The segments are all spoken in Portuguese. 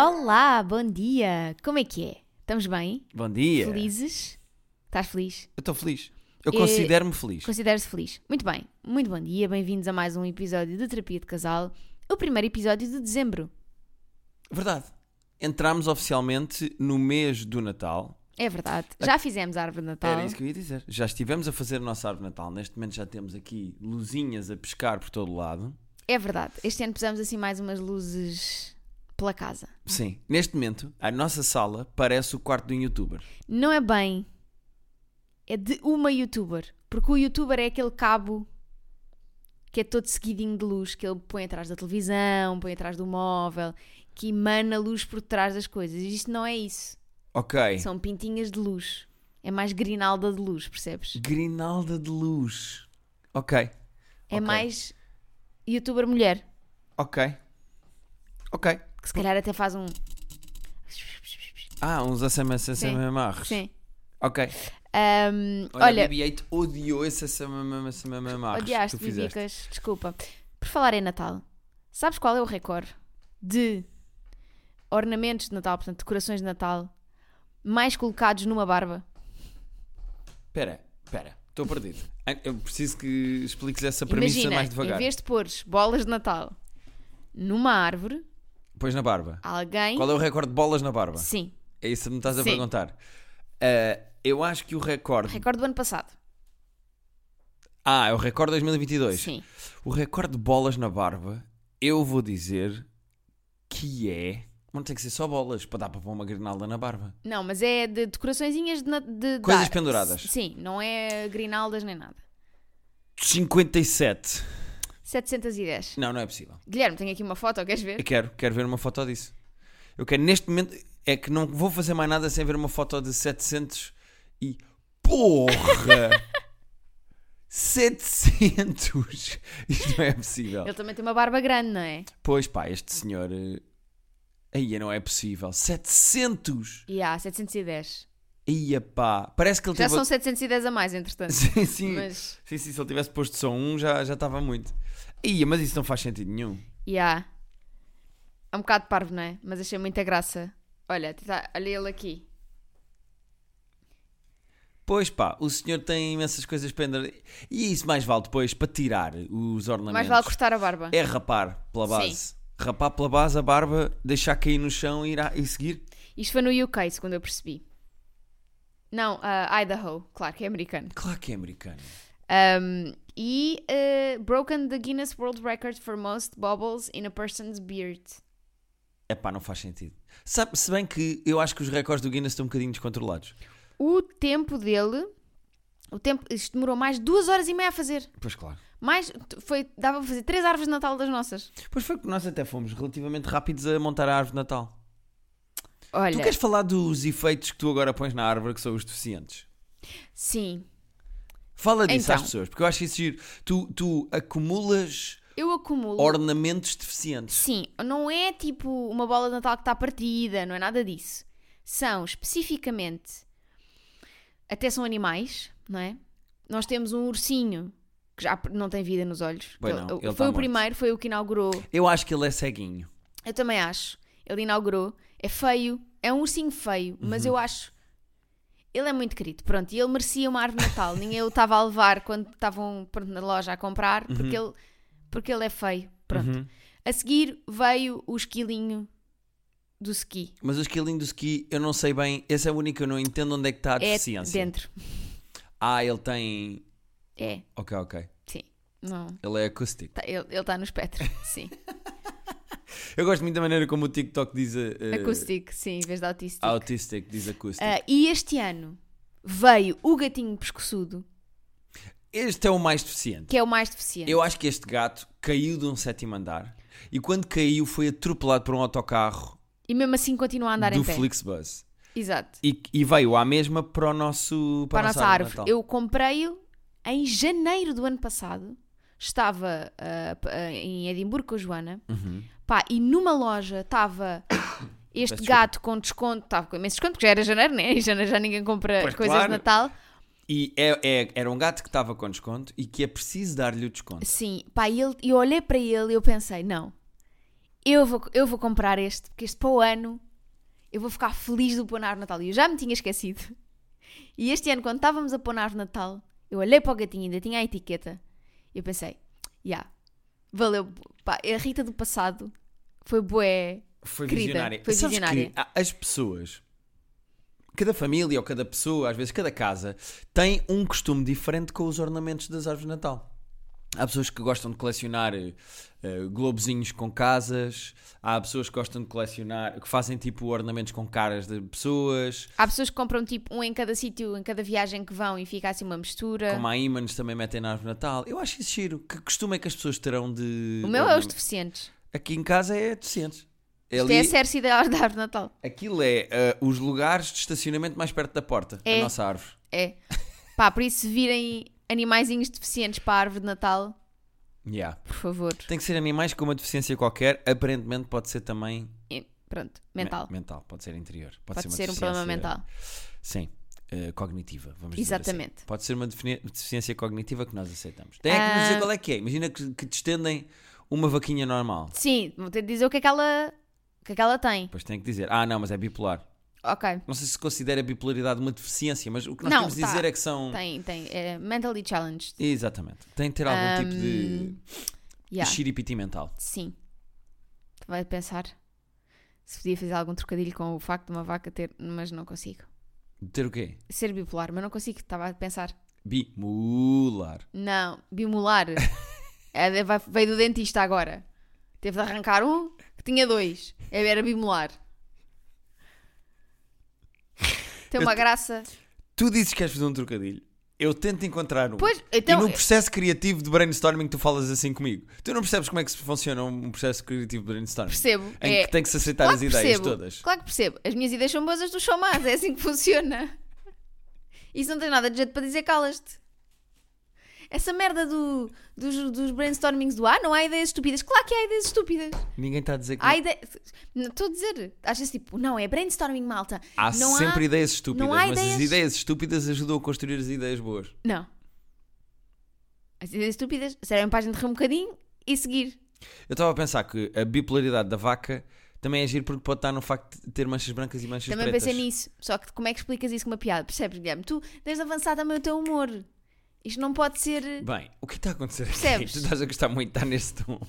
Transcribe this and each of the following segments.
Olá, bom dia! Como é que é? Estamos bem? Bom dia. Felizes? Estás feliz? Eu estou feliz. Eu Eh, considero-me feliz. Considero-se feliz. Muito bem, muito bom dia, bem-vindos a mais um episódio de Terapia de Casal, o primeiro episódio de dezembro. Verdade. Entramos oficialmente no mês do Natal. É verdade, já fizemos a árvore de Natal. Era isso que eu ia dizer. Já estivemos a fazer a nossa árvore de Natal. Neste momento já temos aqui luzinhas a pescar por todo o lado. É verdade, este ano pusemos assim mais umas luzes pela casa. Sim. Neste momento, a nossa sala parece o quarto de um youtuber. Não é bem, é de uma youtuber, porque o youtuber é aquele cabo que é todo seguidinho de luz, que ele põe atrás da televisão, põe atrás do móvel, que emana luz por trás das coisas. Isto não é isso. Ok. São pintinhas de luz. É mais grinalda de luz, percebes? Grinalda de luz. Ok. É Ok. mais youtuber mulher, Ok. Ok. que se calhar até faz um. Ah, uns SMS, SMMRs. Sim. Ok. Ahm, Olha, olha, BB-8 odiou esse SMMRs que odiaste, tu fizeste. Bibicas. Desculpa. Por falar em Natal, sabes qual é o recorde de ornamentos de Natal, portanto, decorações de Natal, mais colocados numa barba? Pera, pera, estou perdido. Ah, Eu preciso que expliques essa premissa Imagina, é mais devagar. em vez de pôres bolas de Natal numa árvore, Pois na barba. alguém. Qual é o recorde de bolas na barba? Sim, É isso que me estás a Sim. perguntar. Ah, eu acho que o recorde. recorde do ano passado. Ah, é o recorde 2022. Sim. O recorde de bolas na barba, eu vou dizer que é. Não tem que ser só bolas para dar para pôr uma grinalda na barba. Não, mas é de decoraçõezinhas de, na- de Coisas dar. penduradas. Sim, não é grinaldas nem nada. 57. 710. Não, não é possível. Guilherme, tenho aqui uma foto, queres Eu ver? quero, quero ver uma foto disso. Eu quero, neste momento, é que não vou fazer mais nada sem ver uma foto de 700 e. Porra! 700! Isto não é possível. Ele também tem uma barba grande, não é? Pois pá, este senhor. eh, Aí não é possível. 700! E há 710. Ia pá! Parece que ele Já teve. são 710 a mais, entretanto. Sim, sim. Mas, sim, sim. Se ele tivesse posto só um, já já estava muito. Ia, mas isso não faz sentido nenhum. e há. É um bocado parvo, não é? Mas achei muita graça. Olha, tá- olha ele aqui. Pois pá, o senhor tem imensas coisas penduradas. E isso mais vale depois para tirar os ornamentos. Mais vale cortar a barba. É rapar pela Sim. base. Rapar pela base a barba, deixar cair no chão e, ir a- e seguir. Isto foi no UK, segundo eu percebi. Não, ah, Idaho, claro que é americano. Claro que é americano. Um, e uh, broken the Guinness World Record for most bubbles in a person's beard. É pá, não faz sentido. Sabe, se bem que eu acho que os recordes do Guinness estão um bocadinho descontrolados. O tempo dele, o tempo, isto demorou mais duas horas e meia a fazer. Pois claro. Mais, t- foi, dava para fazer três árvores de Natal das nossas. Pois foi que nós até fomos relativamente rápidos a montar a árvore de Natal. Olha, Tu queres falar dos efeitos que tu agora pões na árvore que são os deficientes? sim, Fala disso Então. às pessoas, porque eu acho isso giro. Tu, tu acumulas eu acumulo. ornamentos deficientes. Sim, não é tipo uma bola de Natal que está partida, não é nada disso. São especificamente, até são animais, não é? Nós temos um ursinho que já não tem vida nos olhos. Bem, Que não, ele- ele foi tá o morto. primeiro, foi o que inaugurou. Eu acho que ele é ceguinho. Eu também acho. Ele inaugurou. É feio. É um ursinho feio, mas Uhum. eu acho. Ele é muito querido. Pronto, e ele merecia uma árvore de Natal. Ninguém o estava a levar quando estavam pronto, na loja a comprar, Uhum. porque, ele, porque ele é feio. Pronto. A seguir veio o esquilinho do ski. Mas o esquilinho do ski, eu não sei bem. Esse é o único que eu não entendo onde é que está a É deficiência. dentro. Ah, ele tem. É, Ok, ok. sim. Não. Ele é acústico. Tá- ele está no espectro. Sim. Eu gosto muito da maneira como o TikTok diz. eh, Acústico, sim, em vez de autístico. Autistic, diz acústico. Ah, e este ano veio o gatinho pescoçudo, Este é o mais deficiente. que é o mais deficiente. Eu acho que este gato caiu de um sétimo andar e quando caiu foi atropelado por um autocarro E mesmo assim continua a andar do em pé. Flixbus. Exato. E, e veio à mesma para então. o nosso. para a nossa de árvore. Natal. Eu comprei-o em janeiro do ano passado. Estava ah, p- ah, em Edimburgo com a Joana. Pá, e numa loja estava este Uhum. Peço gato com desconto. Estava com imenso desconto, porque já era janeiro, né? E janeiro já ninguém compra Pois, coisas de claro. Natal. E é- é- era um gato que estava com desconto e que é preciso dar-lhe o desconto. Sim, pá, e ele, eu olhei para ele e eu pensei, não, eu vou, eu vou comprar este, porque este para o ano eu vou ficar feliz de o pôr na árvore de Natal. E eu já me tinha esquecido. E este ano, quando estávamos a pôr na árvore de Natal, eu olhei para o gatinho, ainda tinha a etiqueta. E eu pensei, já, valeu. Pá, a Rita do passado foi bué. Foi Querida, visionária. foi Sabes visionária. que há- as pessoas, cada família ou cada pessoa, às vezes cada casa, tem um costume diferente com os ornamentos das árvores de Natal. Há pessoas que gostam de colecionar eh, globozinhos com casas, há pessoas que gostam de colecionar, que fazem tipo ornamentos com caras de pessoas, Há pessoas que compram tipo um em cada sítio, em cada viagem que vão e fica assim uma mistura. como há ímãs também metem na árvore de Natal. Eu acho isso giro. Que costume é que as pessoas terão de. O meu é os ornamentos? deficientes. Aqui em casa é deficientes. É Isto ali- é a Cersei da árvore da árvore de Natal. Aquilo é ah, os lugares de estacionamento mais perto da porta, É. a nossa árvore. É. Pá, por isso se virem animaizinhos deficientes para a árvore de Natal, Yeah. por favor. Tem que ser animais com uma deficiência qualquer, aparentemente pode ser também E pronto, mental. Me- mental, pode ser interior, pode, Pode uma ser um problema deficiência- mental. Sim, eh, cognitiva, vamos dizer assim. Exatamente. Pode ser uma defini- deficiência cognitiva que nós aceitamos. Tem é que nos dizer Ah. qual é que é. Imagina que, que te estendem uma vaquinha normal. Sim, vão ter de dizer o que é que ela, o que é que ela tem. Depois tem que dizer, ah não, mas é bipolar. Ok, Não sei se considera a bipolaridade uma deficiência, mas o que nós Não, temos de tá. dizer é que são... tem, tem. É mentally challenged. Exatamente. Tem que ter algum tipo de Yeah, xiripiti mental. Sim. Tu Vai pensar se podia fazer algum trocadilho com o facto de uma vaca ter, mas não consigo. De ter o quê? Ser bipolar, mas não consigo. Estava a pensar. Bimular. Não, bimular. É, de- vai- veio do dentista agora. Teve de arrancar um que tinha dois. Eu Era bimular. Tem uma graça. Tu dizes que queres fazer um trocadilho. Eu tento encontrar um. Pois, e então. num processo criativo de brainstorming tu falas assim comigo. Tu não percebes como é que se funciona um processo criativo de brainstorming. Percebo. Em é, que tem que se aceitar claro as que ideias percebo, todas. Claro que percebo. As minhas ideias são boas, as tuas são más. É assim que funciona. Isso não tem nada de jeito para dizer calas-te. Essa merda do, dos, dos brainstormings do ah, não há ideias estúpidas. Claro que há ideias estúpidas. Ninguém está a dizer que Há ideias. Estou a dizer. Às vezes tipo, não, é brainstorming malta. há não sempre ideias estúpidas, não há mas as ideias- ideias estúpidas ajudam a construir as ideias boas. Não. As ideias estúpidas servem para a gente rir um bocadinho e seguir. Eu estava a pensar que a bipolaridade da vaca também é giro porque pode estar no facto de ter manchas brancas e manchas Também pretas. pensei nisso. Só que como é que explicas isso com uma piada? Percebes, Guilherme? Tu tens de avançar também o teu humor. Isto não pode ser. Bem, o que está a acontecer aqui? Percebes? Tu estás a gostar muito de estar nesse tom.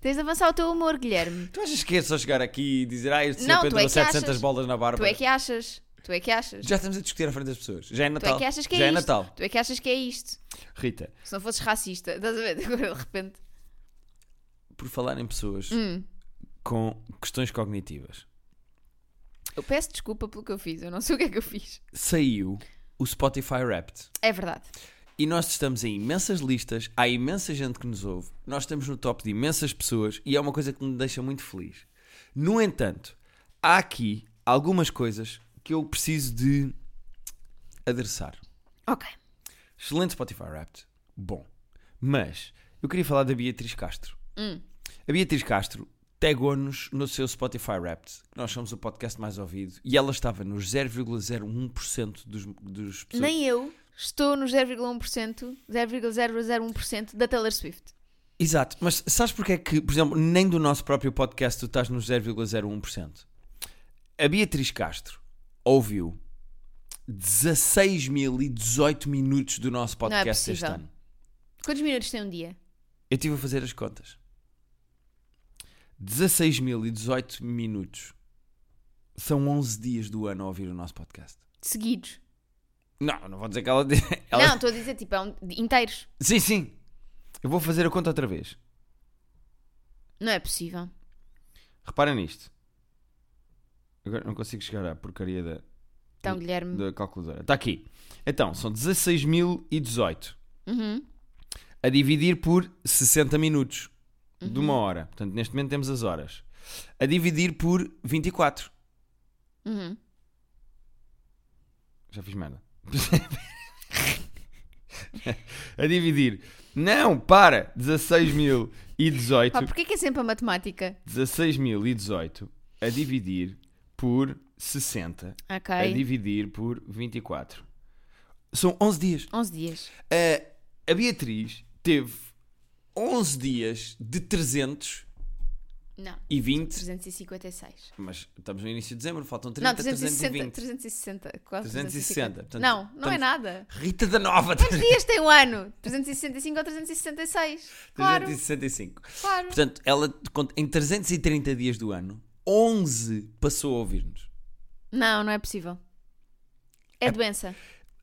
Tens de avançar o teu humor, Guilherme. Tu achas que é só chegar aqui e dizer, ah, este Não, senhor tu é pendurou que 700 achas. bolas na barba. Tu é que achas. Tu é que achas. Já estamos a discutir à frente das pessoas. Já é tu Natal. é que achas que é Já é isto. Natal. Tu é que achas que é isto. Rita, Se não fosses racista, estás a ver? Agora de repente. por falar em pessoas Hum, com questões cognitivas, eu peço desculpa pelo que eu fiz. Eu não sei o que é que eu fiz. saiu o Spotify Wrapped. É verdade. E nós estamos em imensas listas, há imensa gente que nos ouve, nós estamos no top de imensas pessoas e é uma coisa que me deixa muito feliz. No entanto, há aqui algumas coisas que eu preciso de adressar. Ok. Excelente Spotify Wrapped. Bom. Mas eu queria falar da Beatriz Castro. Hum. A Beatriz Castro tagou-nos no seu Spotify Wrapped, que nós somos o podcast mais ouvido, e ela estava nos 0,01% dos, dos pessoas. Nem eu estou no 0,1%, 0,001% da Taylor Swift. Exato, mas sabes porque é que, por exemplo, nem do nosso próprio podcast tu estás nos 0,01%? A Beatriz Castro ouviu 16.018 minutos do nosso é podcast este possível. ano. Quantos minutos tem um dia? Eu estive a fazer as contas. 16.018 minutos. São 11 dias do ano a ouvir o nosso podcast. Seguidos. Não, não vou dizer que ela... ela... Não, estou a dizer tipo, é um... inteiros. Sim, sim. Eu vou fazer a conta outra vez. Não é possível. Repara nisto. Agora não consigo chegar à porcaria da, Hum, Então, Guilherme. da calculadora. Está aqui. Então, são 16.018. Uhum. a dividir por 60 minutos de uma hora. Portanto, neste momento temos as horas. A dividir por 24. Uhum. Já fiz merda. a dividir. Não, para! 16.018. Pá, porquê que é sempre a matemática? 16.018 a dividir por 60. Ok. A dividir por 24. São 11 dias. 11 dias. A, a Beatriz teve 11 dias de 300 Não, E 20, 356. mas estamos no início de dezembro, faltam 30, não, 360, 320. 360, quase 360. 360, portanto, não, não é estamos- nada. Rita da Nova, Quantos dias tem um ano? 365 ou 366? Claro, 365. claro. Portanto, ela cont- em 330 dias do ano, 11 passou a ouvir-nos. Não, não é possível. É doença.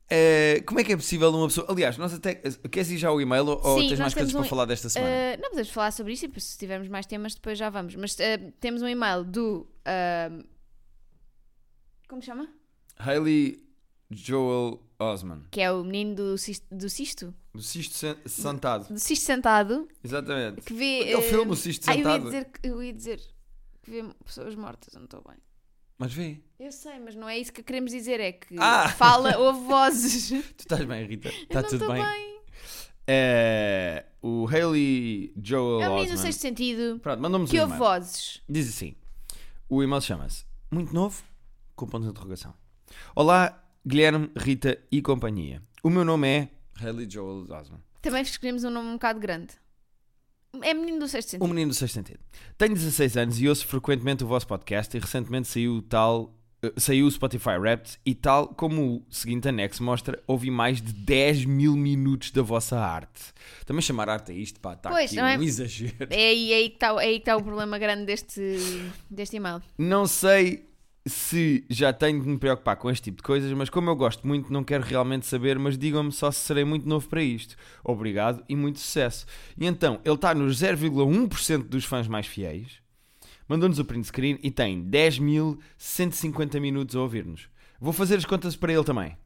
Eh, como é que é possível uma pessoa. Aliás, nós até. Queres ir já ao e-mail ou, ou Sim, tens nós mais temos coisas para um- falar desta semana? Ah, não podemos falar sobre isso e se tivermos mais temas depois já vamos. Mas ah, temos um e-mail do. ah, como se chama? Hailey Joel Osman, Que é o menino do cisto. Do cisto, do Cisto Sen- Sentado. do cisto sentado. Exatamente. Que vê. É o ah, filme, o Cisto ah, eu ia Sentado. dizer que, eu ia dizer que vê pessoas mortas, eu não estou bem. Mas vê, Eu sei, mas não é isso que queremos dizer, é que Ah! fala, ouve vozes. tu estás bem, Rita. eu Está não tudo estou bem. bem. Eh, o Hailey Joel É o menino do Osman. sexto sentido Pronto, mandou-nos um que ouve e-mail. vozes. Diz assim: o e-mail chama-se Muito Novo, com ponto de interrogação. Olá, Guilherme, Rita e companhia. O meu nome é Haley Joel Osman. Também escolhemos um nome um bocado grande. É menino do sexto O sentido. um menino do sexto sentido. Tenho 16 anos e ouço frequentemente o vosso podcast e recentemente saiu o tal. eh, Saiu o Spotify Wrapped e tal como o seguinte anexo mostra, ouvi mais de 10 mil minutos da vossa arte. Também chamar arte a isto, pá, está Pois, aqui não é? um exagero. É aí, é aí que está tá o problema grande deste, deste e-mail. Não sei se já tenho de me preocupar com este tipo de coisas, mas como eu gosto muito, não quero realmente saber, mas digam-me só se serei muito novo para isto. Obrigado e muito sucesso. E então, ele está nos 0,1% dos fãs mais fiéis, mandou-nos o print screen e tem 10.150 minutos a ouvir-nos. Vou fazer as contas para ele também.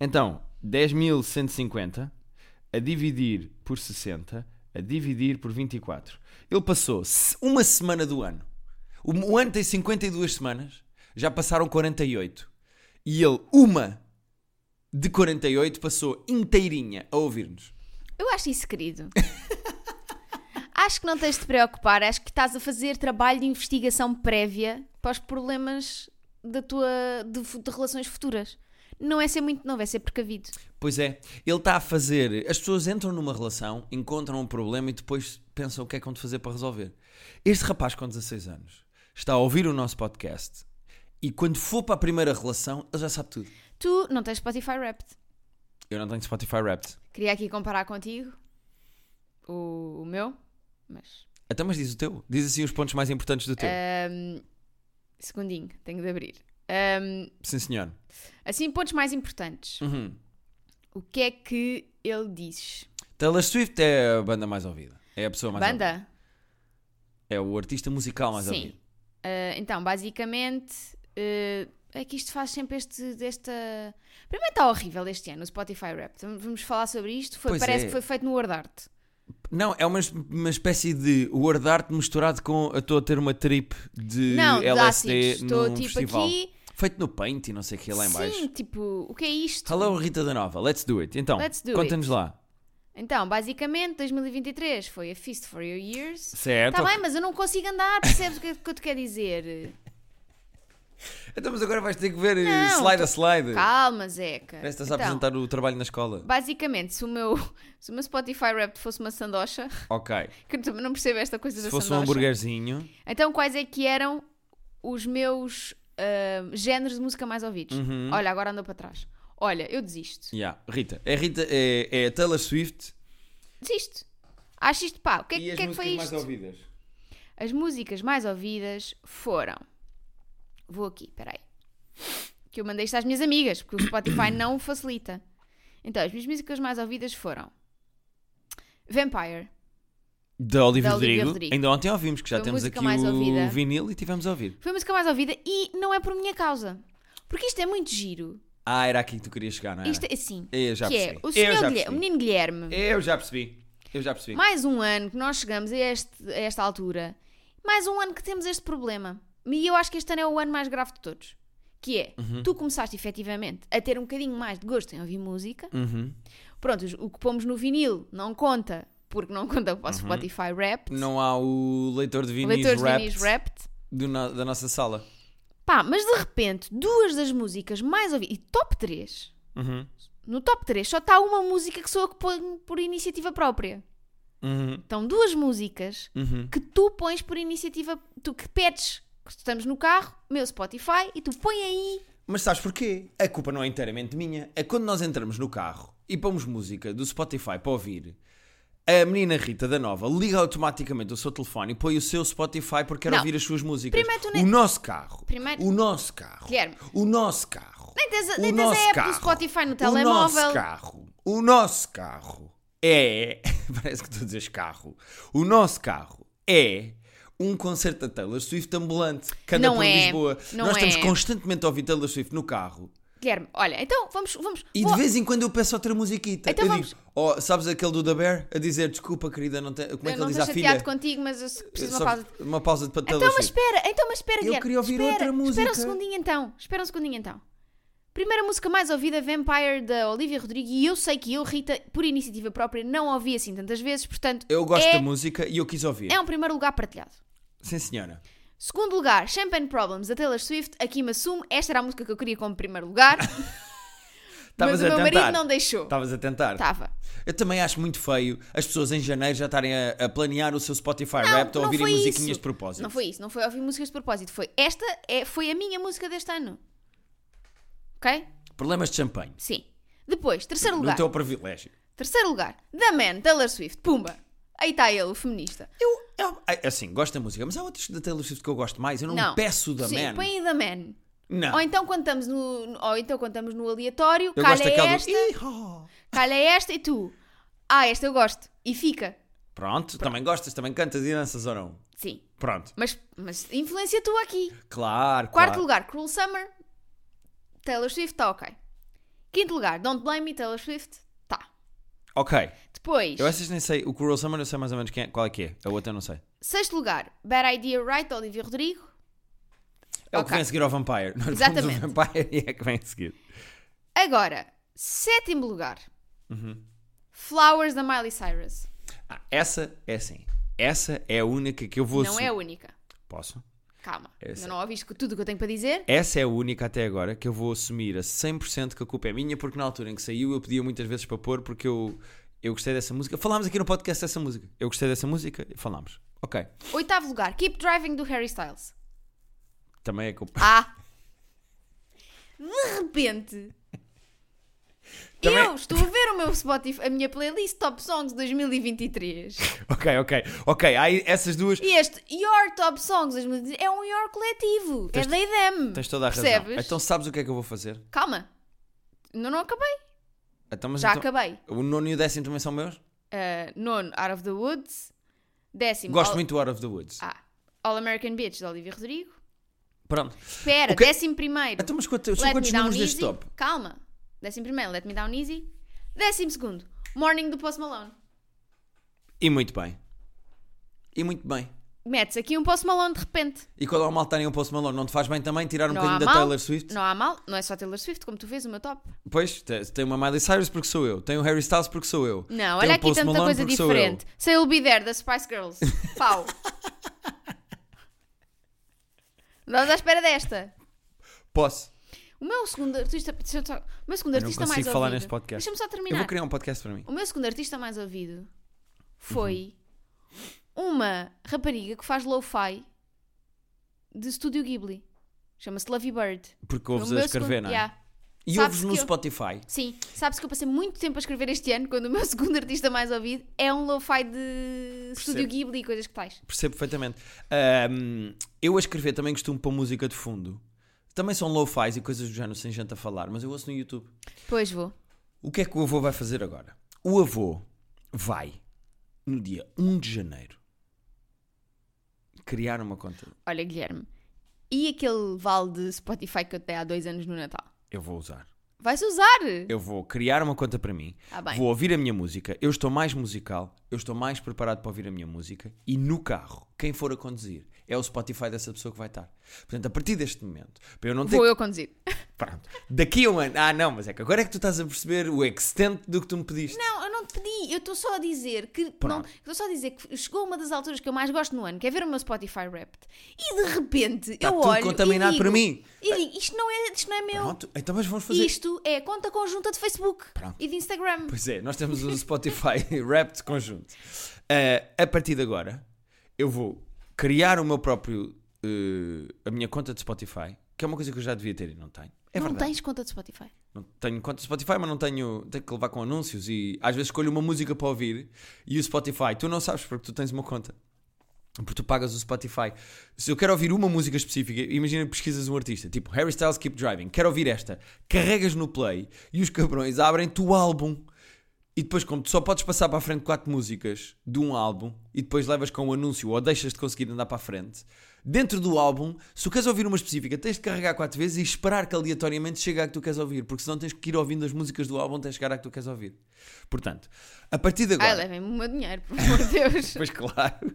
Então, 10.150 a dividir por 60, a dividir por 24. Ele passou se- uma semana do ano. O, o ano tem 52 semanas, já passaram 48. E ele, uma de 48, passou inteirinha a ouvir-nos. Eu acho isso querido. acho que não tens de te preocupar. Acho que estás a fazer trabalho de investigação prévia para os problemas da tua, de, fu- de relações futuras. Não é ser muito novo, é ser precavido. Pois é, ele está a fazer. As pessoas entram numa relação, encontram um problema e depois pensam o que é que vão de fazer para resolver. Este rapaz com 16 anos está a ouvir o nosso podcast e quando for para a primeira relação, ele já sabe tudo. Tu não tens Spotify Wrapped. Eu não tenho Spotify Wrapped. Queria aqui comparar contigo o, o meu, mas. Até Então, mas diz o teu. Diz assim os pontos mais importantes do teu. Ahm, segundinho, tenho de abrir. Ahm, Sim, senhor. assim, pontos mais importantes. Uhum. O que é que ele diz? Taylor Swift é a banda mais ouvida. É a pessoa mais ouvida. Banda? É o artista musical mais Sim. ouvido. Ah, então, basicamente, ah, é que isto faz sempre este, desta... Primeiro está horrível este ano, o Spotify Rap. Vamos falar sobre isto. Foi- Pois parece é. que foi feito no WordArt. Não, é uma, es- uma espécie de word art misturado com eu estou a ter uma trip de Não, de LSD ácidos. num Estou tipo festival. aqui. Feito no paint e não sei o que lá em Sim, baixo. tipo, o que é isto? Hello Rita da Nova, let's do it. Então, Let's do conta-nos lá. Então, basicamente, 2023 foi a Feast for Your Years. Certo. Está Tá bem, mas eu não consigo andar, percebes o que, o que eu te quero dizer? Então, mas agora vais ter que ver eh, Não, slide tô- a slide. Calma, Zeca. Parece que estás a Então, apresentar o trabalho na escola. Basicamente, se o meu, se o meu Spotify Rap fosse uma sandocha, Ok. que eu também não percebo esta coisa Se da fosse um sandocha. hambúrguerzinho. Então, quais é que eram os meus ahm, géneros de música mais ouvidos? Uhum. Olha, agora andou para trás. Olha, eu desisto. Yeah. Rita. É, Rita é, é Taylor Swift Desisto. Acho isto, pá, o que é, e as que, é que músicas foi isto? mais ouvidas. As músicas mais ouvidas foram. Vou aqui, peraí. Que eu mandei isto às minhas amigas, porque o Spotify não o facilita. Então, as minhas músicas mais ouvidas foram. Vampire. Da Olivia Da Olivia Rodrigo. Rodrigo. Ainda ontem ouvimos, que já Foi a temos música aqui mais o ouvida. vinil e tivemos a ouvir. Foi a música mais ouvida e não é por minha causa. Porque isto é muito giro. Ah, era aqui que tu querias chegar, não era? Isto é assim. Eu já que é percebi. o, Eu senhor já Guilherme- percebi. o menino Guilherme. Eu já percebi. Eu já percebi. Mais um ano que nós chegamos a, este- a esta altura, mais um ano que temos este problema. E eu acho que este ano é o ano mais grave de todos. Que é, tu começaste efetivamente a ter um bocadinho mais de gosto em ouvir música. Uhum. Pronto, os- o que pomos no vinil não conta, porque não conta o vosso Spotify Wrapped. Não há o leitor de vinis Leitores de rap vinis Wrapped. do no- da nossa sala. Pá, mas de repente, duas das músicas mais ouvidas, e top 3, Uhum. no top 3 só está uma música que sou eu que ponho por iniciativa própria. Uhum. Estão Então, duas músicas Uhum. que tu pões por iniciativa, tu que pedes, que estamos no carro, meu Spotify, e tu põe aí. Mas sabes porquê? A culpa não é inteiramente minha. É quando nós entramos no carro e pomos música do Spotify para ouvir, a menina Rita da Nova liga automaticamente o seu telefone e põe o seu Spotify porque quer Não. ouvir as suas músicas. Primeiro tu nem- O nosso carro. Primeiro- O nosso carro. Guilherme. O nosso carro. Nem tens a- O nem tens a nosso app do é Spotify no telemóvel. O nosso carro. O nosso carro é. Parece que tu dizes carro. O nosso carro é. Um concerto da Taylor Swift ambulante que anda Não por é. Lisboa. Não Nós estamos é. constantemente a ouvir Taylor Swift no carro Guilherme, olha, então vamos. vamos e vou- de vez em quando eu peço outra musiquita. Então eu vamos- digo, oh, sabes aquele do Da Bear? A dizer desculpa, querida, não tem... como é eu que não ele diz estou à filha? chateado contigo, mas eu se- preciso de Só- uma pausa. Uma pausa de Taylor Então, mas Swift. espera, então, mas espera, Guilherme. queria ouvir espera, outra Espera música. um segundinho então, espera um segundinho então. Primeira música mais ouvida, Vampire, da Olivia Rodrigo, e eu sei que eu, Rita, por iniciativa própria, não a ouvi assim tantas vezes, portanto, Eu gosto é, da música e eu quis ouvir. é um primeiro lugar partilhado. Sim, senhora. Segundo lugar, Champagne Problems, da Taylor Swift, aqui me assumo, esta era a música que eu queria como primeiro lugar, mas Estavas o a meu marido tentar. não deixou. Estavas a tentar. Estava. Eu também acho muito feio as pessoas em janeiro já estarem a, a planear o seu Spotify Não, Wrapped ou não ouvirem foi musiquinhas isso. de propósito. Não foi isso, não foi ouvir músicas de propósito, foi esta, é, foi a minha música deste ano. Ok? Problemas de champanhe. Sim. Depois, terceiro No lugar. teu privilégio. Terceiro lugar, The Man, Taylor Swift, pumba. Aí está ele, o feminista. Eu, eu- ah, assim, gosto da música, mas há outros da Taylor Swift que eu gosto mais. Eu não, peço da Sim, Man. põe aí The Man. Não. Ou então quando estamos no, no- ou então quando estamos no aleatório, eu calha gosto daquela esta, do... Ih-haw. calha esta e tu. Ah, esta eu gosto. E fica. Pronto, também gostas, também cantas e danças ou não? Sim. Pronto. Mas, mas influência tu aqui. Claro, Quarto claro. lugar, Cruel Summer. Taylor Swift, está ok. Quinto lugar, Don't Blame Me, Taylor Swift, tá. Ok. Depois, Eu essas nem sei. O Cruel Summer eu sei mais ou menos quem é- qual é que é. A outra eu não sei. sexto lugar, Bad Idea Right, de Olivia Rodrigo. É o que Ok. vem a seguir ao Vampire. Nós Exatamente. vamos ao Vampire e é que vem a seguir. Agora, sétimo lugar. Uhum. Flowers da Miley Cyrus. Ah, essa é assim. Essa é a única que eu vou Não é a assumir. única. Posso? Calma. Eu sei. Ainda não ouviste que- tudo o que eu tenho para dizer? Essa é a única até agora que eu vou assumir a 100% que a culpa é minha, porque na altura em que saiu eu pedia muitas vezes para pôr, porque eu, eu gostei dessa música. Falámos aqui no podcast dessa música. Eu gostei dessa música e falámos. Ok. Oitavo lugar, Keep Driving do Harry Styles. Também é culpa. Ah! De repente. Também- Eu estou a ver o meu Spotify, a minha playlist Top Songs 2023. Ok, ok. Ok, há aí essas duas. E este Your Top Songs 2023 é um Your coletivo. é da IDEM. Tens toda a razão. Percebes? Então sabes o que é que eu vou fazer? Calma. Não, não acabei. Então, mas Já então- acabei. O nono e o décimo também são meus? Uh, nono, Out of the Woods. Décimo, Gosto All- muito do Out of the Woods. Ah, All American Bitch, de Olivia Rodrigo. Pronto. Espera, O quê? décimo primeiro. Então, mas quantos, são Let Me quantos Down números deste Easy. top? Calma. Décimo primeiro, Let Me Down Easy. Décimo segundo, Morning do Post Malone. E muito bem. E muito bem. Metes aqui um Post Malone de repente. E quando há mal estarem um Post Malone, não te faz bem também tirar um não há bocadinho da mal. Taylor Swift? Não há mal. Não é só Taylor Swift, como tu vês, o meu top. Pois, te- tem uma Miley Cyrus porque sou eu, tem o Harry Styles porque sou eu. Não, olha tem o aqui Post tanta Malone coisa porque sou eu. diferente. Say You'll Be There, da Spice Girls. Pau. Nós à espera desta. Posso? O meu segundo artista. deixa-me só- O meu segundo não artista mais consigo falar ouvido- neste podcast. Deixa-me só Eu terminar. vou Uhum. criar um podcast para mim. O meu segundo artista mais ouvido foi uma rapariga que faz lo-fi de Studio Ghibli. Chama-se Lovey Bird. Porque O ouves a meu escrever, segundo- não é? Yeah. E Sabes ouves no que eu- Spotify. Sim. Sabes que eu passei muito tempo a escrever este ano, quando o meu segundo artista mais ouvido é um lo-fi de Studio Ghibli e coisas que tais. Percebo perfeitamente. Ahm, eu a escrever também costumo pôr música de fundo. Também são lo-fis e coisas do género sem gente a falar, mas eu ouço no YouTube. Pois vou. O que é que o avô vai fazer agora? O avô vai, no dia 1 de janeiro, criar uma conta. Olha, Guilherme, e aquele vale de Spotify que eu te dei há dois anos no Natal? Eu vou usar. Vais usar! Eu vou criar uma conta para mim. Ah, bem. Vou ouvir a minha música. Eu estou mais musical. Eu estou mais preparado para ouvir a minha música. E no carro, quem for a conduzir, é o Spotify dessa pessoa que vai estar. Portanto, a partir deste momento, para eu não ter Vou eu conduzir. Pronto. Daqui a um ano. Ah, não, mas é que agora é que tu estás a perceber o extento do que tu me pediste. Não, eu não pedi, eu estou só a dizer que. não- Pronto. Estou só a dizer que chegou uma das alturas que eu mais gosto no ano, que é ver o meu Spotify Wrapped. E de repente Está eu tudo olho. contaminado e digo, por mim. E digo, isto não é, isto não é meu. Pronto, então mas vamos fazer. Isto é conta conjunta de Facebook Pronto. e de Instagram. Pois é, nós temos um Spotify Wrapped conjunto. Eh, a partir de agora, eu vou criar o meu próprio. eh, a minha conta de Spotify, que é uma coisa que eu já devia ter e não tenho. É não verdade. tens conta de Spotify. Não tenho conta de Spotify, mas não tenho. Tenho que levar com anúncios e às vezes escolho uma música para ouvir e o Spotify. Tu não sabes porque tu tens uma conta. Porque tu pagas o Spotify. Se eu quero ouvir uma música específica, imagina que pesquisas um artista, tipo Harry Styles Keep Driving, quero ouvir esta. Carregas no play e os cabrões abrem-te o álbum. E depois, como tu só podes passar para a frente quatro músicas de um álbum e depois levas com um anúncio ou deixas de conseguir andar para a frente, dentro do álbum, se tu queres ouvir uma específica, tens de carregar quatro vezes e esperar que aleatoriamente chegue à que tu queres ouvir, porque senão tens que ir ouvindo as músicas do álbum até chegar à que tu queres ouvir. Portanto, a partir de agora. Ai, levem-me o meu dinheiro, por amor de Deus. Pois claro.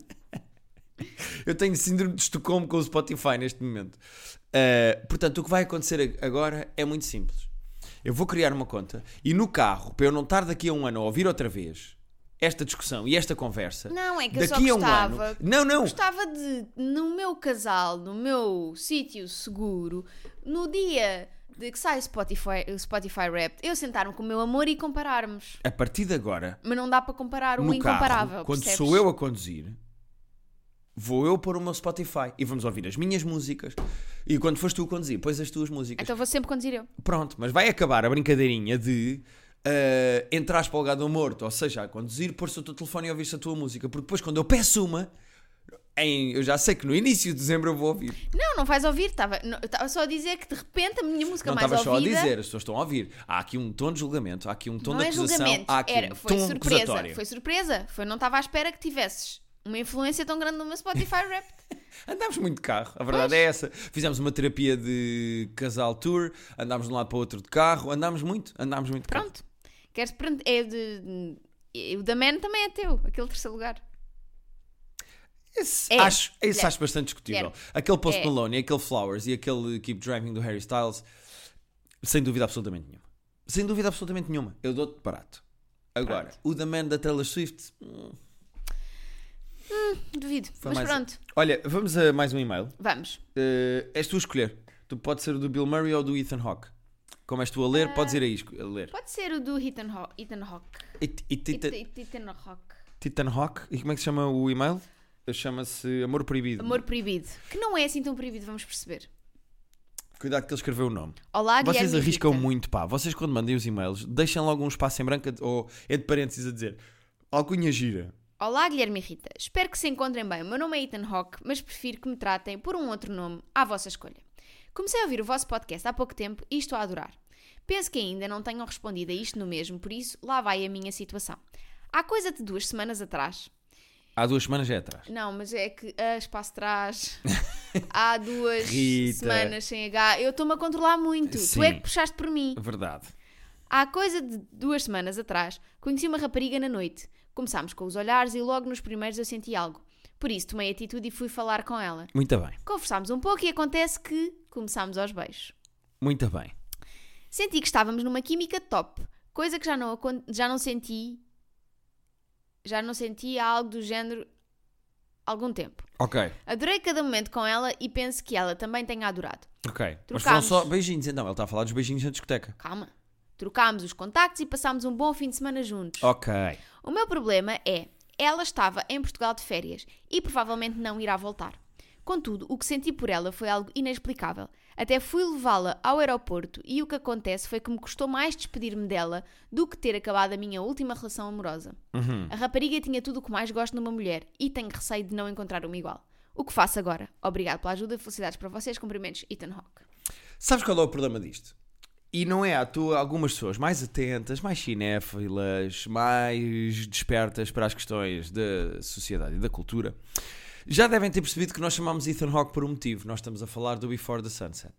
Eu tenho síndrome de Estocolmo com o Spotify neste momento. Uh, portanto, o que vai acontecer ag- agora é muito simples. Eu vou criar uma conta e no carro, para eu não estar daqui a um ano a ouvir outra vez esta discussão e esta conversa, Não, é que eu só daqui a um ano. gostava. Não, não, Gostava de, no meu casal, no meu sítio seguro, no dia de que sai o Spotify, o Spotify Wrapped, eu sentar-me com o meu amor e compararmos. a partir de agora, Mas não dá para comparar um no incomparável. carro, quando percebes? sou eu a conduzir, vou eu pôr o meu Spotify e vamos ouvir as minhas músicas. E quando foste tu a conduzir, pões as tuas músicas. Então vou sempre conduzir eu. Pronto, mas vai acabar a brincadeirinha de entrar entrar espalgado ou morto, ou seja, a conduzir, pôr-se o teu telefone e ouvir-se a tua música, porque depois quando eu peço uma, em- eu já sei que no início de dezembro eu vou ouvir. Não, não vais ouvir. Estava não, eu estava só a dizer que de repente a minha música não mais estava ouvida. só a dizer, as pessoas estão a ouvir. Há aqui um tom de julgamento, há aqui um tom não de é acusação, julgamento. há aqui Era, um foi tom surpresa. acusatório. Foi surpresa. Foi, não estava à espera que tivesses uma influência tão grande no meu Spotify Wrapped. Andámos muito de carro, a verdade é essa. Fizemos uma terapia de casal tour, andámos de um lado para o outro de carro, andámos muito, andámos muito de carro. Pronto. Queres prend- é de- e O da Man também é teu, aquele terceiro lugar. Esse, É. acho, esse Claro. acho bastante discutível. Claro. Aquele Post É. Malone, e aquele Flowers e aquele Keep Driving do Harry Styles, sem dúvida absolutamente nenhuma. Sem dúvida absolutamente nenhuma. Eu dou-te barato. Agora, o da Man da Taylor Swift. hum, Duvido. Foi Mas mais- pronto, Olha, vamos a mais um e-mail. vamos. Eh, és tu a escolher. Tu pode ser o do Bill Murray ou do Ethan Hawke. Como és tu a ler, podes ir aí esco- a ler. Pode ser o do Ethan Hawk. Ethan Hawk. It- it- it- Ethan Hawk. Ethan Hawke. E como é que se chama o e-mail? Eh, Chama-se Amor Proibido. Amor Proibido. Que não é assim tão proibido, vamos perceber. Cuidado que ele escreveu o nome. Olá, Guilherme. Vocês e arriscam Rita. muito, pá. Vocês quando mandem os e-mails, deixem logo um espaço em branco ou entre parênteses a dizer alcunha gira. Olá, Guilherme e Rita. Espero que se encontrem bem. O meu nome é Ethan Hawk, mas prefiro que me tratem por um outro nome à vossa escolha. Comecei a ouvir o vosso podcast há pouco tempo e estou a adorar. Penso que ainda não tenham respondido a isto no mesmo, por isso lá vai a minha situação. Há coisa de duas semanas atrás. Há duas semanas já atrás. Não, mas é que a espaço traz. Há duas Rita. semanas sem H. Eu estou-me a controlar muito. Tu é Sim. que puxaste por mim. Verdade. Há coisa de duas semanas atrás, conheci uma rapariga na noite. Começámos com os olhares e logo nos primeiros eu senti algo. Por isso tomei atitude e fui falar com ela. Muito bem. Conversámos um pouco e acontece que começámos aos beijos. Muito bem. Senti que estávamos numa química top, coisa que já não, acon- já não senti. Já não senti algo do género há algum tempo. Ok. Adorei cada momento com ela e penso que ela também tenha adorado. Ok. Mas foram Trocámos. só beijinhos. Não, ele está a falar dos beijinhos na discoteca. Calma. Trocámos os contactos e passámos um bom fim de semana juntos. Ok. O meu problema é, ela estava em Portugal de férias e provavelmente não irá voltar. Contudo, o que senti por ela foi algo inexplicável. Até fui levá-la ao aeroporto e o que acontece foi que me custou mais despedir-me dela do que ter acabado a minha última relação amorosa. A rapariga tinha tudo o que mais gosto numa mulher e tenho receio de não encontrar uma igual. O que faço agora? Obrigado pela ajuda, felicidades para vocês, cumprimentos, Ethan Hawke. Sabes qual é o problema disto? E não é à toa algumas pessoas mais atentas, mais cinéfilas, mais despertas para as questões da sociedade e da cultura, já devem ter percebido que nós chamamos Ethan Hawke por um motivo. Nós estamos a falar do Before the Sunset.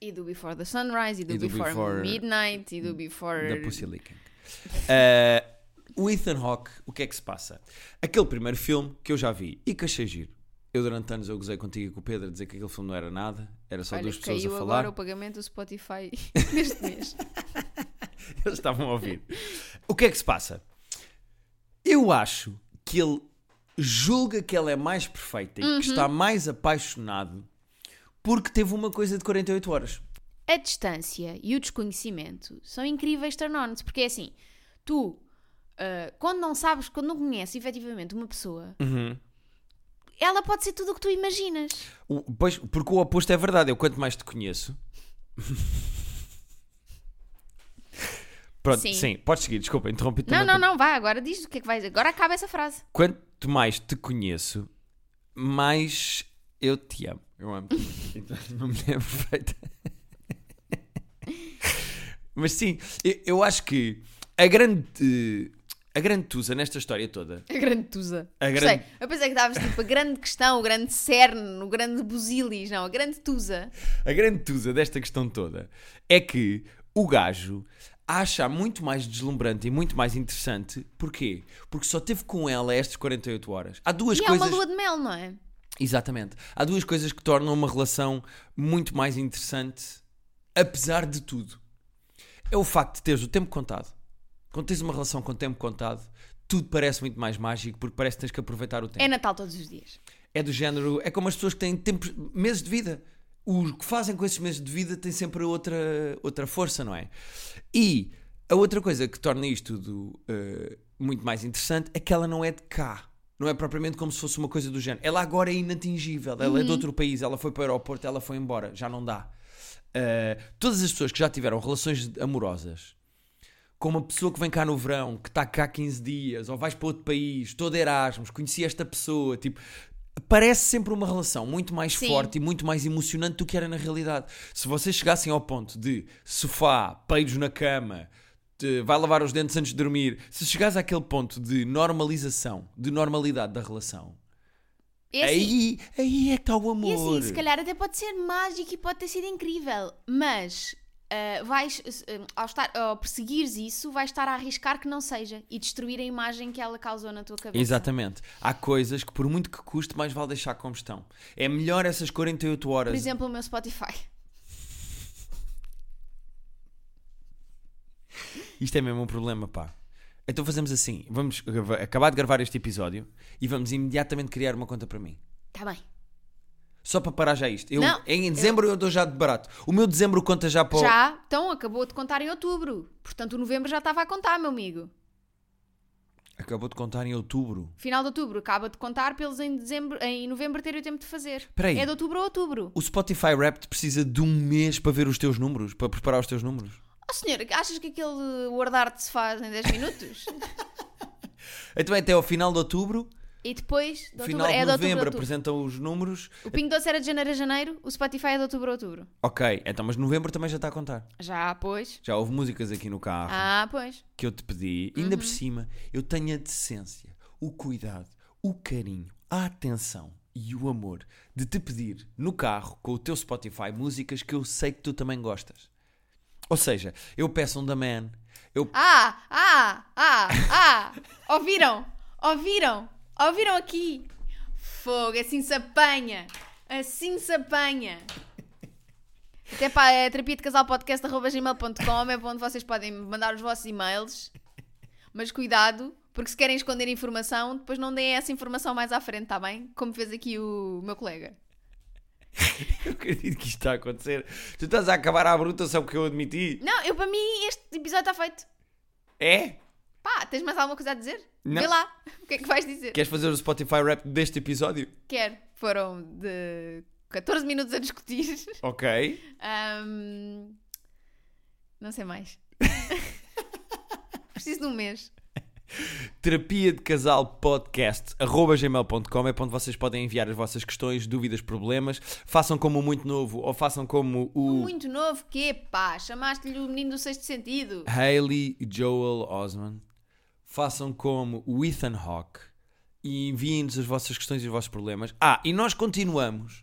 E do Before the Sunrise, e do, E do before, Before- Midnight, e do da Before... Pussy Licking. Eh, o Ethan Hawke, o que é que se passa? Aquele primeiro filme que eu já vi e que achei giro. Eu durante anos eu gozei contigo e com o Pedro a dizer que aquele filme não era nada, era só Olha, duas pessoas a caiu falar. agora o pagamento do Spotify neste mês. Eles estavam a ouvir. O que é que se passa? Eu acho que ele julga que ela é mais perfeita Uhum. e que está mais apaixonado porque teve uma coisa de 48 horas. A distância e o desconhecimento são incríveis turn-ons, porque é assim, tu, ah, quando não sabes, quando não conheces efetivamente uma pessoa, Uhum. ela pode ser tudo o que tu imaginas. O- pois, porque o oposto é verdade. Eu quanto mais te conheço. Pronto, sim. Sim. podes seguir, desculpa, interrompi-te. Não, também. não, não, vá, agora diz o que é que vais. Agora acaba essa frase. Quanto mais te conheço, mais eu te amo. Eu amo. Então, uma mulher perfeita. Mas sim, eu, eu acho que a grande. eh, A grande tusa nesta história toda. A grande tusa. A Gostei. grande- Eu pensei que davas tipo a grande questão, o grande cerne, o grande busilis, não, a grande tusa. A grande tusa desta questão toda é que o gajo acha muito mais deslumbrante e muito mais interessante. Porquê? Porque só teve com ela estas 48 horas. Há duas E coisas. é uma lua de mel, não é? Exatamente. Há duas coisas que tornam uma relação muito mais interessante, apesar de tudo. É o facto de teres o tempo contado. Quando tens uma relação com o tempo contado, tudo parece muito mais mágico porque parece que tens que aproveitar o tempo. É Natal todos os dias. É do género, é como as pessoas que têm tempos, meses de vida. O que fazem com esses meses de vida tem sempre outra, outra força, não é? E a outra coisa que torna isto tudo eh, muito mais interessante é que ela não é de cá. Não é propriamente como se fosse uma coisa do género. Ela agora é inatingível, ela é de outro país, ela foi para o aeroporto, ela foi embora, já não dá. Eh, todas as pessoas que já tiveram relações amorosas com uma pessoa que vem cá no verão, que está cá 15 dias, ou vais para outro país, estou de Erasmus, conheci esta pessoa, tipo, parece sempre uma relação muito mais Sim. forte e muito mais emocionante do que era na realidade. Se vocês chegassem ao ponto de sofá, peidos na cama, de- vai lavar os dentes antes de dormir, se chegares àquele ponto de normalização, de normalidade da relação, É assim, aí, aí é que está o E assim, amor. se calhar até pode ser mágico e pode ter sido incrível, mas ah, vais, ah, ao, estar, ao perseguires isso, vais estar a arriscar que não seja e destruir a imagem que ela causou na tua cabeça. Exatamente. Há coisas que, por muito que custe, mais vale deixar como estão. É melhor essas 48 horas. Por exemplo, o meu Spotify. Isto é mesmo um problema, pá. Então fazemos assim: vamos grava- acabar de gravar este episódio e vamos imediatamente criar uma conta para mim. Está Tá bem. Só para parar já isto. Eu, Não, em dezembro eu... dou já de barato. O meu dezembro conta já para. o- Já, então acabou de contar em outubro. Portanto, o novembro já estava a contar, meu amigo. Acabou de contar em outubro. Final de outubro, acaba de contar pelos em, dezembro, em novembro terem o tempo de fazer. Peraí. É de outubro a outubro. O Spotify Wrapped precisa de um mês para ver os teus números, para preparar os teus números. Oh senhor, achas que aquele word art se faz em 10 minutos? Então é até ao final de outubro, e depois, de outubro, final de é de novembro, outubro a outubro. apresentam os números. O Pingo Doce era de janeiro a janeiro, o Spotify é de outubro a outubro. Ok, então, mas novembro também já está a contar. Já, pois. Já houve músicas aqui no carro. Ah, pois. que eu te pedi, ainda por cima, eu tenho a decência, o cuidado, o carinho, a atenção e o amor de te pedir no carro com o teu Spotify músicas que eu sei que tu também gostas. Ou seja, eu peço um da Man, eu Ah, ah, ah, ah! Ouviram? Ouviram? Ouviram aqui? Fogo, assim se apanha! Assim se apanha! Até para é terapia de casal podcast arroba gmail.com é para onde vocês podem mandar os vossos e-mails. Mas cuidado, porque se querem esconder informação, depois não deem essa informação mais à frente, está bem? Como fez aqui o meu colega. eu acredito que isto está a acontecer. Tu estás a acabar à bruta só porque eu admiti. Não, eu para mim este episódio está feito. É? Pá, tens mais alguma coisa a dizer? Não. Vê lá, o que é que vais dizer? Queres fazer o Spotify rap deste episódio? Quero. Foram de 14 minutos a discutir. Ok. Ahm, não sei mais. Preciso de um mês. terapia de casal podcast arroba gmail.com é para onde vocês podem enviar as vossas questões, dúvidas, problemas façam como o muito novo ou façam como o Um Muito novo, que pá, chamaste-lhe o menino do sexto sentido. Hayley Joel Osman façam como o Ethan Hawke e enviem-nos as vossas questões e os vossos problemas ah, e nós continuamos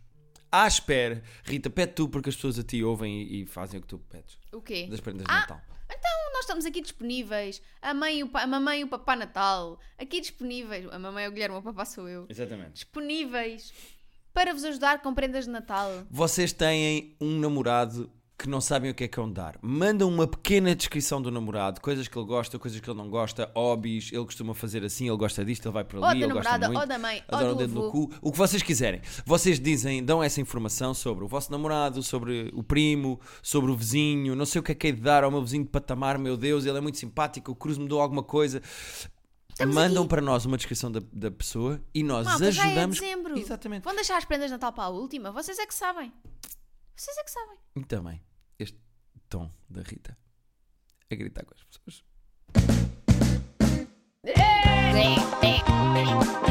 à espera, Rita, pede tu porque as pessoas a ti ouvem e, e fazem o que tu pedes O quê? das prendas de Ah, Natal Então nós estamos aqui disponíveis. A mãe e o, pa- a mamãe e o papá Natal. Aqui disponíveis. A mamãe é o Guilherme, o papá sou eu. exatamente Disponíveis para vos ajudar com prendas de Natal. vocês têm um namorado que não sabem o que é que vão dar. Mandam uma pequena descrição do namorado, coisas que ele gosta, coisas que ele não gosta, hobbies, ele costuma fazer assim, ele gosta disto, ele vai para ali, Ou da ele gosta namorada, muito. ou da mãe, ou adora o do dedo no avô. cu, o que vocês quiserem. Vocês dizem, dão essa informação sobre o vosso namorado, sobre o primo, sobre o vizinho, não sei o que é que é de dar ao meu vizinho de patamar, meu Deus, ele é muito simpático, o cruzo me deu alguma coisa. Mandam para nós uma descrição da, da pessoa e nós Malta, já é ajudamos. dezembro. Exatamente. Vão deixar as prendas de Natal para a última? Vocês é que sabem. Vocês é que sabem. E também este tom da Rita a gritar com as pessoas. É.